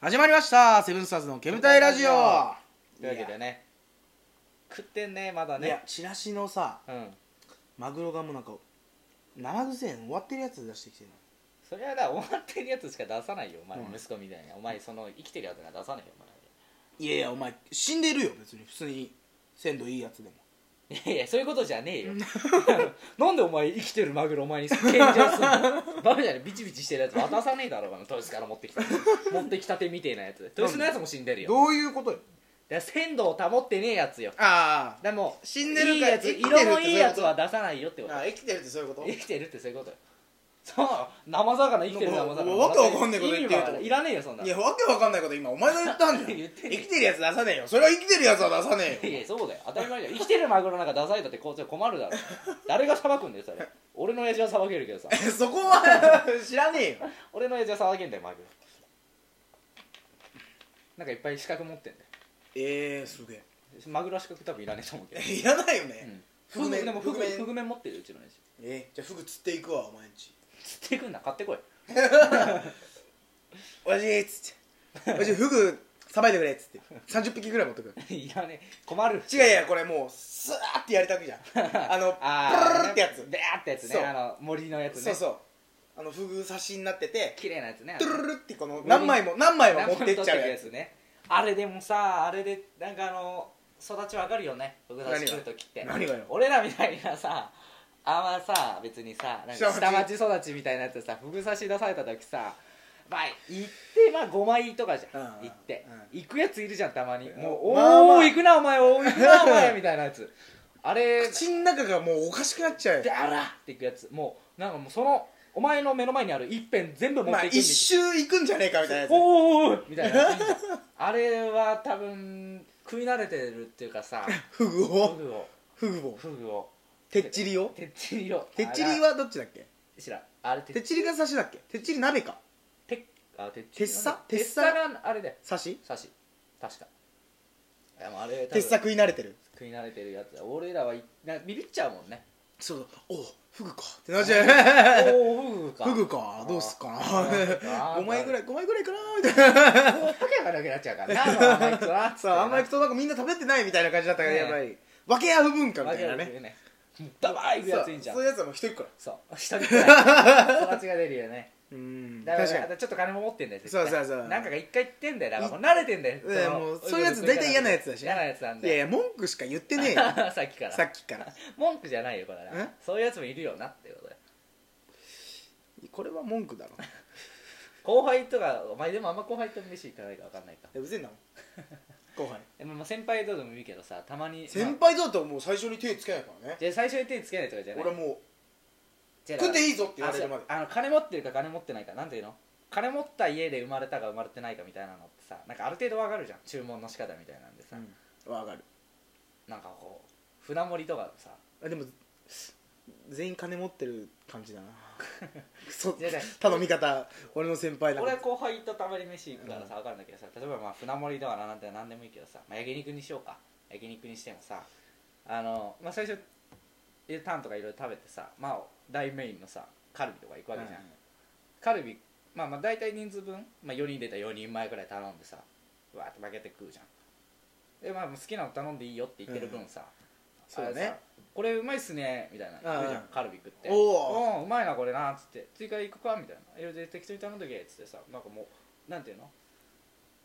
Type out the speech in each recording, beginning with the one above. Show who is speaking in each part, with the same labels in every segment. Speaker 1: 始まりましたセブンスターズの煙たいラジオ
Speaker 2: というわけでね食ってんねまだ
Speaker 1: いや
Speaker 2: ね
Speaker 1: チラシのさ
Speaker 2: うん
Speaker 1: マグロがもうなんか生癖終わってるやつ出してきてる
Speaker 2: それはだ終わってるやつしか出さないよお前
Speaker 1: うん
Speaker 2: 息子みたいにお前その生きてるやつが出さないよ お
Speaker 1: いやいやお前死んでるよ別に普通に鮮度いいやつでも
Speaker 2: 前いやいやそういうことじゃねえよ なんでお前生きてるマグロお前に献上すん のバカじゃねえビチビチしてるやつ渡さねえだろうが豊洲から持ってきた持ってきたてみてえなやつ豊洲のやつも死んでるよ
Speaker 1: どういうことよ
Speaker 2: だから鮮度を保ってねえやつよ
Speaker 1: あ
Speaker 2: でも
Speaker 1: 死んでる
Speaker 2: いい
Speaker 1: から
Speaker 2: やつ
Speaker 1: 生きてる
Speaker 2: 色のいいやつは
Speaker 1: って
Speaker 2: 出さないよってこと
Speaker 1: 生きてるってそういうこ
Speaker 2: 生きてるってそういうことよそう生魚生きてる生魚
Speaker 1: わけわかんねえこと言
Speaker 2: 意
Speaker 1: ってる
Speaker 2: 味わからんいらねえよそんなの
Speaker 1: いやわけわかんないこと今お前が 言ったんだ
Speaker 2: 言
Speaker 1: よ
Speaker 2: って
Speaker 1: 生
Speaker 2: るよ
Speaker 1: きてるやつ出さねえよそれは生きてるやつは出さねえ
Speaker 2: い
Speaker 1: よ
Speaker 2: やそうだよ当たり前だよ生きてるマグロなんか出されたってこっちは困るだろ誰がさばくんだよそれ俺の親父はさばけるけどさ
Speaker 1: そこは知らねえよ
Speaker 2: 俺の親父はさばけんだよマグロなんかいっぱい資格持ってんだよ
Speaker 1: えーすげ
Speaker 2: マグロ資格多分いらねえと思うけど
Speaker 1: えいらないよ
Speaker 2: う
Speaker 1: ね
Speaker 2: ん
Speaker 1: 覆面
Speaker 2: でもフグ
Speaker 1: 覆面
Speaker 2: フグ面持ってるようちの親父
Speaker 1: えじゃあフグ釣っていくわお前んち
Speaker 2: 釣っていくんだ買ってこい
Speaker 1: おじいっつっておじいフグさばいてくれっつって30匹ぐらい持ってくる
Speaker 2: いらねえ困る
Speaker 1: 違ういやこれもうスーってやりたく じゃんあの
Speaker 2: あ
Speaker 1: プルル
Speaker 2: ー
Speaker 1: ルってやつ
Speaker 2: ベーってやつ
Speaker 1: そう
Speaker 2: ねあの森のやつね
Speaker 1: そうそうあのフグ刺しになってて
Speaker 2: 綺麗なやつねあ
Speaker 1: ト
Speaker 2: の
Speaker 1: ゥルルルってこの何枚も何枚も持ってっちゃうや
Speaker 2: や
Speaker 1: つ
Speaker 2: つねあれでもさあれでなんかあの育ちわかるよね僕たち
Speaker 1: 何が
Speaker 2: 来るときって
Speaker 1: 何がよ
Speaker 2: 俺らみたいなさあんまさ別にさなんか
Speaker 1: 下
Speaker 2: 下
Speaker 1: 町
Speaker 2: 町育ちみたいなやつさふぐ差し出された時さまあ行ってまあ5枚とかじゃん
Speaker 1: うんうんうん
Speaker 2: 行って行くやついるじゃんたまにもうお
Speaker 1: まあまあ
Speaker 2: おー行くなお前おー行くなお前みたいなやつあれ
Speaker 1: 口の中がもうおかしくなっちゃうよ
Speaker 2: ダラっていくやつもうなんかもうそのお前の目の前にある一辺全部持っ
Speaker 1: まあ
Speaker 2: ていく
Speaker 1: 一周行くんじゃねえかみたいなやつ
Speaker 2: おーおーおーみたいなあれは多分食い慣れてるっていうかさ
Speaker 1: フグ
Speaker 2: フ
Speaker 1: を
Speaker 2: グを
Speaker 1: フグを
Speaker 2: フグを
Speaker 1: てっちりを
Speaker 2: てっちりを
Speaker 1: てっちり
Speaker 2: あ
Speaker 1: はどっちだっけ
Speaker 2: ら知らんあれて
Speaker 1: てっちりが刺しだっけてっちり鍋か
Speaker 2: てあてっ
Speaker 1: てっさ
Speaker 2: てっさ
Speaker 1: てっ
Speaker 2: があれだよ
Speaker 1: 刺し
Speaker 2: 刺し確かいやもうあれ多
Speaker 1: てっ
Speaker 2: 分
Speaker 1: さ食い慣れてる
Speaker 2: 食い慣れてるやつだ俺らはいなビビっちゃうもんね
Speaker 1: そうおうフグかってなっちゃ
Speaker 2: お
Speaker 1: う
Speaker 2: ーフグか
Speaker 1: フグ かどうすっかな
Speaker 2: あ ー
Speaker 1: 5枚ぐらい5枚ぐらいかなみたいな
Speaker 2: もう高いからなくなっちゃうから なもう甘いくなっつって
Speaker 1: そうあんまりとなんかみんな食べてないみたいな感じだったから、
Speaker 2: ねえ
Speaker 1: やっぱり分け合う文化みたいな
Speaker 2: わけわか
Speaker 1: ね
Speaker 2: んねダバーいくやついいんじゃん
Speaker 1: そうそういうやつはもう一人くらい
Speaker 2: そう 一人くらい育ちが出るよね
Speaker 1: うん
Speaker 2: だから
Speaker 1: 確かに
Speaker 2: ちょっと金も持ってんだよ
Speaker 1: そうそうそう
Speaker 2: なんかが一回言ってんだよだからもう慣れてんだよ
Speaker 1: うん
Speaker 2: の
Speaker 1: もうそういうやつ大体嫌なやつだしね
Speaker 2: 嫌なやつなん
Speaker 1: いやい
Speaker 2: だよ
Speaker 1: や文句しか言って ねえよ
Speaker 2: さっきから
Speaker 1: さっきから
Speaker 2: 文句じゃないよこれ
Speaker 1: え
Speaker 2: はそういうやつもいるよなっていうことだよ
Speaker 1: これは文句だ ろ
Speaker 2: 後輩とかお前でもあんま後輩と飯行かないか分かんないか
Speaker 1: うぜえんだも ん後輩
Speaker 2: でもまあ先輩とでもいいけどさたまに
Speaker 1: 先
Speaker 2: ま
Speaker 1: 輩だともう最初に手つけないからね
Speaker 2: あじゃあ最初に手つけないとかじゃない
Speaker 1: 俺も
Speaker 2: じ
Speaker 1: う
Speaker 2: ゃあ
Speaker 1: 食っていいぞって言われるまで
Speaker 2: あそうあの金持ってるか金持ってないかなんていうの金持った家で生まれたか生まれてないかみたいなのってさなんかある程度わかるじゃん注文の仕方みたいなんでさ、
Speaker 1: うんわかる
Speaker 2: なんかこう船盛りとかさ
Speaker 1: あでも全員金持ってる感じだ なそ
Speaker 2: いやいや
Speaker 1: 頼み方俺の先輩だ
Speaker 2: 俺は後輩とたまに飯行くからさ分かるんだけどさ例えばまあ船盛りとかなんて何でもいいけどさ、まあ、焼肉にしようか焼肉にしてもさあの、まあ、最初タンとかいろいろ食べてさまあ大メインのさカルビとか行くわけじゃん、カルビまあまあ大体人数分、まあ、4人出たら4人前くらい頼んでさうわーって負けて食うじゃんでまあ好きなの頼んでいいよって言ってる分さ、
Speaker 1: そうだね
Speaker 2: あれさこれうまいっすねみたいな言うじゃん
Speaker 1: うん
Speaker 2: カルビ食って
Speaker 1: お
Speaker 2: うんうまいなこれなっつって追加いくかみたいないろいろ適当に頼んどけっつってさなんかもうなんていうの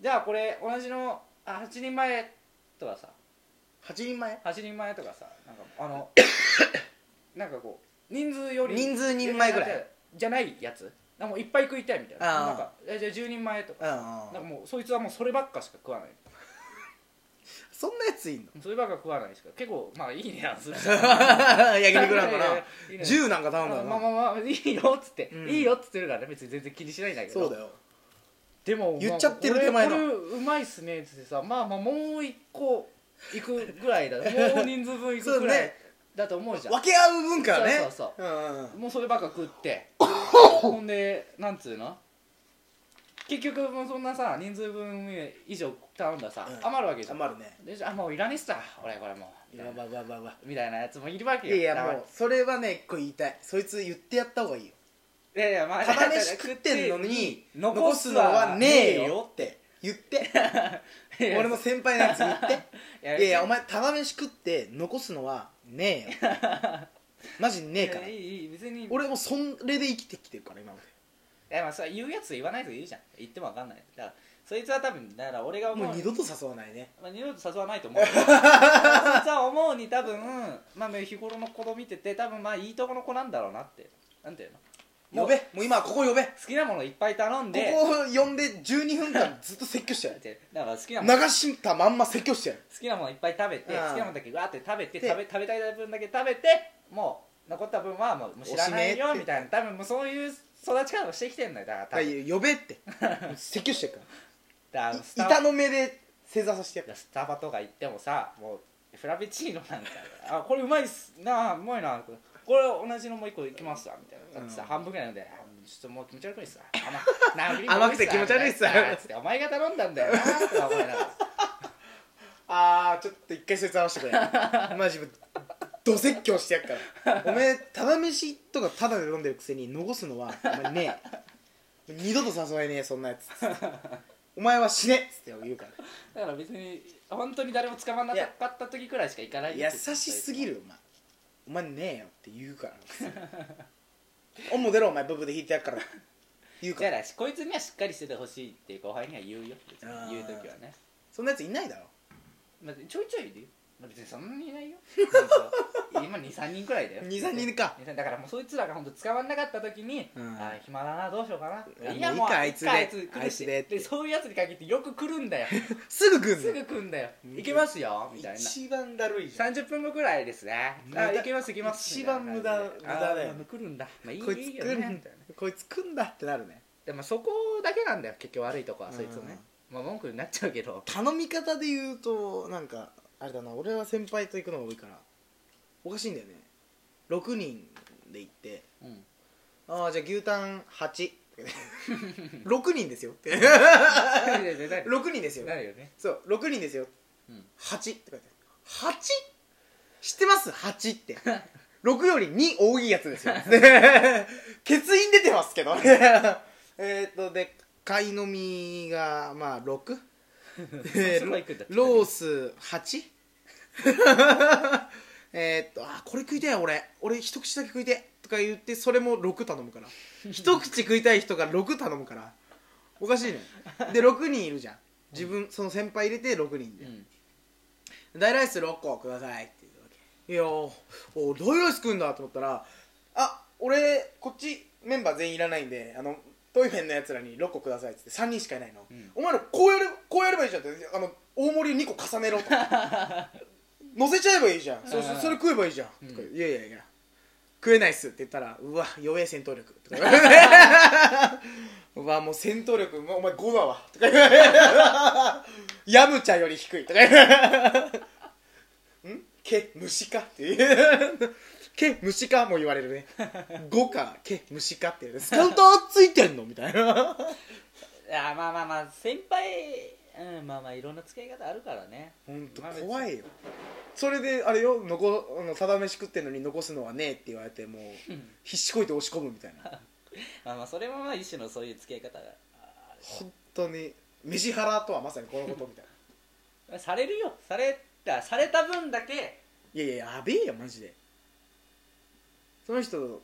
Speaker 2: じゃあこれ同じのあ8人前とかさ
Speaker 1: 8人前
Speaker 2: 8人前とかさなんか あのなんかこう人数より
Speaker 1: 人数人前ぐらい
Speaker 2: ややじゃないやつなんかもういっぱい食いたいみたいな
Speaker 1: あー
Speaker 2: なんかえじゃあ10人前とか
Speaker 1: あ
Speaker 2: なんかもうそいつはもうそればっかしか食わない
Speaker 1: そんなやつ いんの
Speaker 2: そればっか食わないしか結構まあいい 値段する
Speaker 1: 焼肉なんかな
Speaker 2: 十
Speaker 1: 10なんか頼んだよ
Speaker 2: まあ
Speaker 1: な、
Speaker 2: まあまあいいよっつって、
Speaker 1: うん
Speaker 2: いいよっつってるからね別に全然気にしないんだけど
Speaker 1: そうだよ
Speaker 2: でも
Speaker 1: 言っちゃってる手前の
Speaker 2: まあこれこれうまいっすねっつってさまあまあもう一個行くぐら いだもう人数分行くぐらいだと思うじゃん
Speaker 1: 分け合う文化ね、
Speaker 2: そうそう
Speaker 1: んうん、
Speaker 2: もうそればっか食ってほんでなんつうの結局もうそんなさ人数分以上頼んださ、
Speaker 1: うん
Speaker 2: 余るわけじゃん
Speaker 1: 余るね
Speaker 2: でじゃあもういらねえっすわ俺これもうみたいな
Speaker 1: ばばばば
Speaker 2: みたいなやつもいるわけ
Speaker 1: い
Speaker 2: よ
Speaker 1: やいや
Speaker 2: 黙
Speaker 1: も
Speaker 2: る
Speaker 1: うそれはね一個言いたいそいつ言ってやった方がいいよ
Speaker 2: いやいやまあ
Speaker 1: ただ飯食ってんのに
Speaker 2: 残
Speaker 1: 残
Speaker 2: す
Speaker 1: す
Speaker 2: の
Speaker 1: の
Speaker 2: は
Speaker 1: は
Speaker 2: ね
Speaker 1: ね
Speaker 2: え
Speaker 1: え
Speaker 2: よ
Speaker 1: よって言って
Speaker 2: いや
Speaker 1: 俺の先輩のやつ言って
Speaker 2: いや
Speaker 1: いやいやお前タダ飯食って残すのはねえよ マジねえから
Speaker 2: いやいいいい別に
Speaker 1: 俺もうそれで生きてきてるから今ま
Speaker 2: いやまあそれは言うやつと言わないと言うじゃん言っても分かんないだからそいつは多分だから俺が
Speaker 1: で
Speaker 2: 思う
Speaker 1: もう二度と誘わないね
Speaker 2: まあ、二度と誘わないと思うそいつは思うに多分、まあ、日頃の子供見てて多分まあいいとこの子なんだろうなってなんていうの
Speaker 1: 呼べもう今ここ呼べこ
Speaker 2: 好きなものいっぱい頼んで
Speaker 1: こ呼んで12分間ずっと説教してやる
Speaker 2: ってだから好きなもの
Speaker 1: 流したまんま説教してやる
Speaker 2: 好きなものいっぱい食べて、
Speaker 1: うん
Speaker 2: 好きなものだけわーって食べて
Speaker 1: で
Speaker 2: 食べ食べたい分だけ食べてもう残った分はもうもう知らない
Speaker 1: おしめっ
Speaker 2: よ
Speaker 1: て
Speaker 2: みたいな多分もうそういう育ち方をしてきてんのよだから多分
Speaker 1: はい呼べって 説教してやるか
Speaker 2: だから
Speaker 1: らい
Speaker 2: スタバ
Speaker 1: 板の目で正座させてや
Speaker 2: い
Speaker 1: る
Speaker 2: やスタバとか行ってもさもうフラペチーノなんかあこれうまいっすなあうまいなこれ同じのもう一個いきますわみたいなだってさ、
Speaker 1: うん
Speaker 2: 半分ぐらいなんであちょっともう気持ち悪いっすわ甘
Speaker 1: 甘くて気持ち悪いっすわ
Speaker 2: なつってお前が頼んだんだよなとか思いながら
Speaker 1: あーちょっと一回説合わせ てくれマジど説教してやるからおめえただ飯とかただで飲んでるくせに残すのはお前ねえ二度と誘えねえそんなやつお前は死ねっつって言うか
Speaker 2: だから別に本当に誰も捕まんなかった時くらいしか行かな
Speaker 1: ら
Speaker 2: い
Speaker 1: 優しすぎるお前お前ねえよって言うから おも出ろお前ブブで引いてやるから言う
Speaker 2: じ
Speaker 1: か
Speaker 2: ゃ
Speaker 1: ら
Speaker 2: あこいつにはしっかりしててほしいっていう後輩には言うよ別に
Speaker 1: あー
Speaker 2: 言う時はね
Speaker 1: そんなやついないだろ
Speaker 2: まあちょいちょいいるよまあ別にそんなにいない よほんと今23人くらいだよ
Speaker 1: 23人か
Speaker 2: だからもうそいつらが本当捕まんなかった時に、
Speaker 1: うん
Speaker 2: あー暇だなどうしようかな
Speaker 1: あ
Speaker 2: いや
Speaker 1: もういいか
Speaker 2: もう
Speaker 1: あいつで
Speaker 2: かあいつ来
Speaker 1: あい
Speaker 2: る
Speaker 1: つ
Speaker 2: し
Speaker 1: で
Speaker 2: で
Speaker 1: って
Speaker 2: そういうやつに限ってよく来るんだよ
Speaker 1: すぐ来ん
Speaker 2: す
Speaker 1: の
Speaker 2: ぐ来るんだよ
Speaker 1: うん
Speaker 2: 行けますよみたいな
Speaker 1: 一番だるいじゃん
Speaker 2: 30分後くらいですね
Speaker 1: 無
Speaker 2: あ
Speaker 1: 駄
Speaker 2: ー行けます行けます
Speaker 1: 一番
Speaker 2: みたいな感じで
Speaker 1: 無駄無駄だよ
Speaker 2: あーまあ来るんだ、まあ、いい
Speaker 1: こい
Speaker 2: いい
Speaker 1: つ
Speaker 2: よ
Speaker 1: 来
Speaker 2: ね
Speaker 1: ん
Speaker 2: み
Speaker 1: だ
Speaker 2: たいな
Speaker 1: こいつ来んだってなるね
Speaker 2: でもそこだけなんだよ結局悪いとこはそいつのね、まあ文句になっちゃうけど
Speaker 1: 頼み方で言うとなんかあれだな俺は先輩と行くのが多いからおかしいんだよね6人で行って
Speaker 2: うん
Speaker 1: ああじゃあ牛タン8 6人 ですよって
Speaker 2: なるよね
Speaker 1: 6人ですよ
Speaker 2: なるよね
Speaker 1: そう6人ですよ
Speaker 2: うん
Speaker 1: 8って書いてある8知ってます8って6 より2多いやつですよ欠員出てますけど えーっとで買い飲みがまあ6で
Speaker 2: そこ行くんだ
Speaker 1: ロース 8? えーっとあこれ食いたい俺俺一口だけ食いたいとか言ってそれも6頼むから一口食いたい人が6頼むからおかしいねで6人いるじゃん自分その先輩入れて6人で、
Speaker 2: うん
Speaker 1: 大ライス6個くださいって言うわけいやーお大ライス食うんだと思ったらあ俺こっちメンバー全員いらないんであのトイフェンのやつらに6個くださいって言って3人しかいないの、
Speaker 2: うん
Speaker 1: お前らこうやれこうやればいいじゃんってあの大盛りを2個重ねろと 乗せちゃえばいいじゃんそそそれ食えばいいじゃん、
Speaker 2: うん
Speaker 1: とかいやいやいや食えないっすって言ったらうわ弱え戦闘力とか言われてう わもう戦闘力お前5だわとか言われて ヤムチャより低いとか言われてんけ虫かっていうけ虫かも言われる ね5かけ虫かっていうスカウターついてんのみたいな
Speaker 2: あまあまあまあ先輩うんまあまあいろんな使い方あるからね
Speaker 1: 本当
Speaker 2: まあ別に
Speaker 1: 怖いよそれであれよ残あのただ飯食ってんのに残すのはねえって言われてもう必死こいて押し込むみたい な
Speaker 2: まあまあそれもまあ一種のそういう付け方があ
Speaker 1: 本当に飯腹とはまさにこのことみたいな
Speaker 2: るされるよされたされた分だけ
Speaker 1: いやいややべえよマジでその人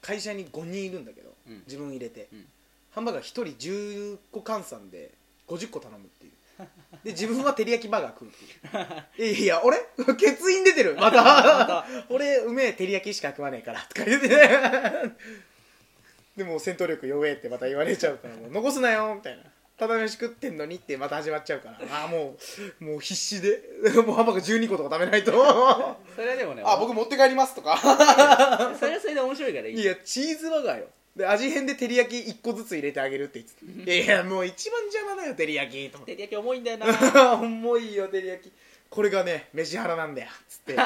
Speaker 1: 会社に5人いるんだけど、
Speaker 2: うん
Speaker 1: 自分入れて、
Speaker 2: うん
Speaker 1: ハンバーガー1人10個換算で50個頼むっていう で自分は照り焼きバーガー食うっていういやいや俺 欠員出てるま た 俺うめえ照り焼きしか食わねえからとか言って でも戦闘力弱えってまた言われちゃうからもう残すなよみたいなただ飯食ってんのにってまた始まっちゃうからああもうもう必死で もうハンバーガー12個とか食べないと
Speaker 2: それはでもね
Speaker 1: あ僕持って帰りますとか
Speaker 2: それはそれで面白いからいい
Speaker 1: いやチーズバーガーよで味変で照り焼き1個ずつ入れてあげるって言ってたいやいやもう一番邪魔だよ照り焼きと思って
Speaker 2: 照り焼き重いんだよな
Speaker 1: 重いよ照り焼きこれがね飯腹なんだよつ って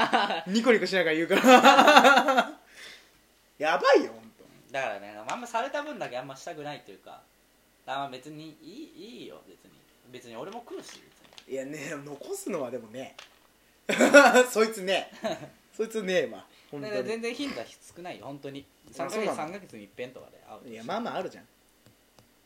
Speaker 1: ニコニコしながら言うから やばいよ本
Speaker 2: だからねあんまされた分だけあんましたくないというかあまあ別にいいいいよ別に別に俺も食うし
Speaker 1: 当。いやね残すのはでもね そいつ ねそいつねえわ
Speaker 2: 別
Speaker 1: 本
Speaker 2: に
Speaker 1: 当
Speaker 2: だから
Speaker 1: に
Speaker 2: 全然頻度は少ないよ本当に3
Speaker 1: あ
Speaker 2: ヶ
Speaker 1: そう
Speaker 2: 月
Speaker 1: なの
Speaker 2: 3ヶ月に一遍とかで会うと
Speaker 1: いやまあまああるじゃん
Speaker 2: い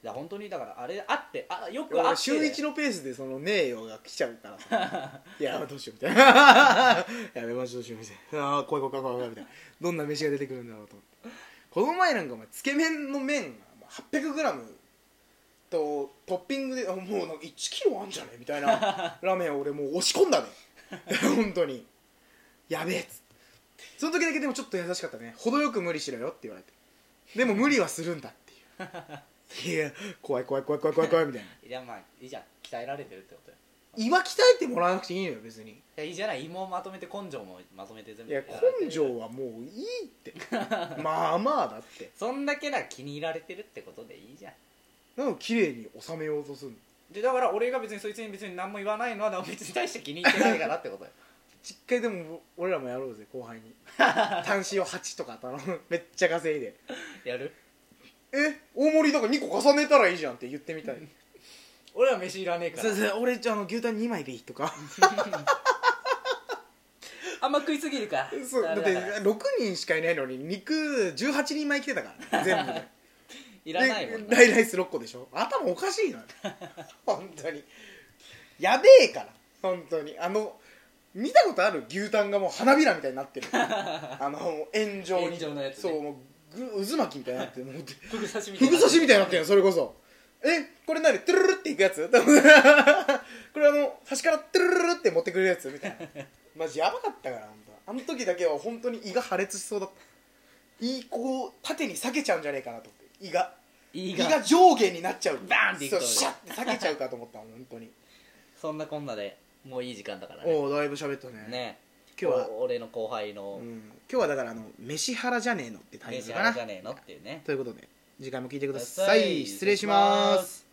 Speaker 2: や本当にだからあれあってあよくあ
Speaker 1: 俺
Speaker 2: って
Speaker 1: 週一のペースでその名誉が来ちゃうからさ いやどうしようみたいな やべマジどうしようみたいなあー怖い怖い怖い怖いみたいなどんな飯が出てくるんだろうと思ってこの前なんかお前つけ麺の麺がもう 800g とトッピングであもうなんか 1kg あんじゃねみたい なラーメンを俺もう押し込んだね 本当にやべえっつってその時だけでもちょっと優しかったね程よく無理しろよって言われてでも無理はするんだって いういや怖い怖い怖い怖い怖い怖いみたいない
Speaker 2: やまあいいじゃん鍛えられてるってことよ
Speaker 1: 胃は鍛えてもらわなくていいのよ別に
Speaker 2: いやいいじゃない胃もまとめて根性もまとめて全
Speaker 1: い
Speaker 2: 部
Speaker 1: や
Speaker 2: られてる
Speaker 1: 根性はもういいって まあまあだって
Speaker 2: そんだけな気に入られてるってことでいいじゃん
Speaker 1: なのに綺麗に収めようとするの
Speaker 2: でだから俺が別にそいつに別に何も言わないのは別に大して気に入ってないからってことよ
Speaker 1: 一回でも俺らもやろうぜ後輩 に単子を8とか頼むめっちゃ稼いで
Speaker 2: やる
Speaker 1: え大盛りとか2個重ねたらいいじゃんって言ってみたい
Speaker 2: 俺は飯いらねえから
Speaker 1: 先生俺じゃあの牛タン2枚でいいとか
Speaker 2: あんま食いすぎるから
Speaker 1: そうだって
Speaker 2: から
Speaker 1: 6人しかいないのに肉18人前来てたから全部で
Speaker 2: いらないもん
Speaker 1: で
Speaker 2: な
Speaker 1: ライライス6個でしょ頭おかしい のよ本当にやべえから本当にあの見たことある牛タンがもう花びらみたいになって るあの炎上に
Speaker 2: 炎上のやつね
Speaker 1: そうもうぐ渦巻きみたいになってる もう
Speaker 2: ふぐ刺しみた
Speaker 1: ふ
Speaker 2: いな
Speaker 1: ぐ刺しみたいになってるよそれこそえこれ何トゥルルルっていくや つこれあの端からトゥルルルって持ってくれるやつみたいなマジやばかったから本当あの時だけは本当に胃が破裂しそうだった胃こう縦に裂けちゃうんじゃねえかなと思って胃が
Speaker 2: 胃
Speaker 1: 胃
Speaker 2: が
Speaker 1: が上下になっちゃう
Speaker 2: バーンっていくと
Speaker 1: そうシャッて裂けちゃうかと思った本当に
Speaker 2: そんなこんなでもういい時間だからね
Speaker 1: おおだいぶ喋ったね
Speaker 2: ね
Speaker 1: 今日は、
Speaker 2: お俺の後輩
Speaker 1: う
Speaker 2: の
Speaker 1: ん、今日はだからあの「飯腹じゃねえの」ってタイ
Speaker 2: 飯
Speaker 1: トルかな
Speaker 2: 原じゃねえのっていうね
Speaker 1: ということで次回も聞いてくだ
Speaker 2: くださ
Speaker 1: さい
Speaker 2: い
Speaker 1: 失礼します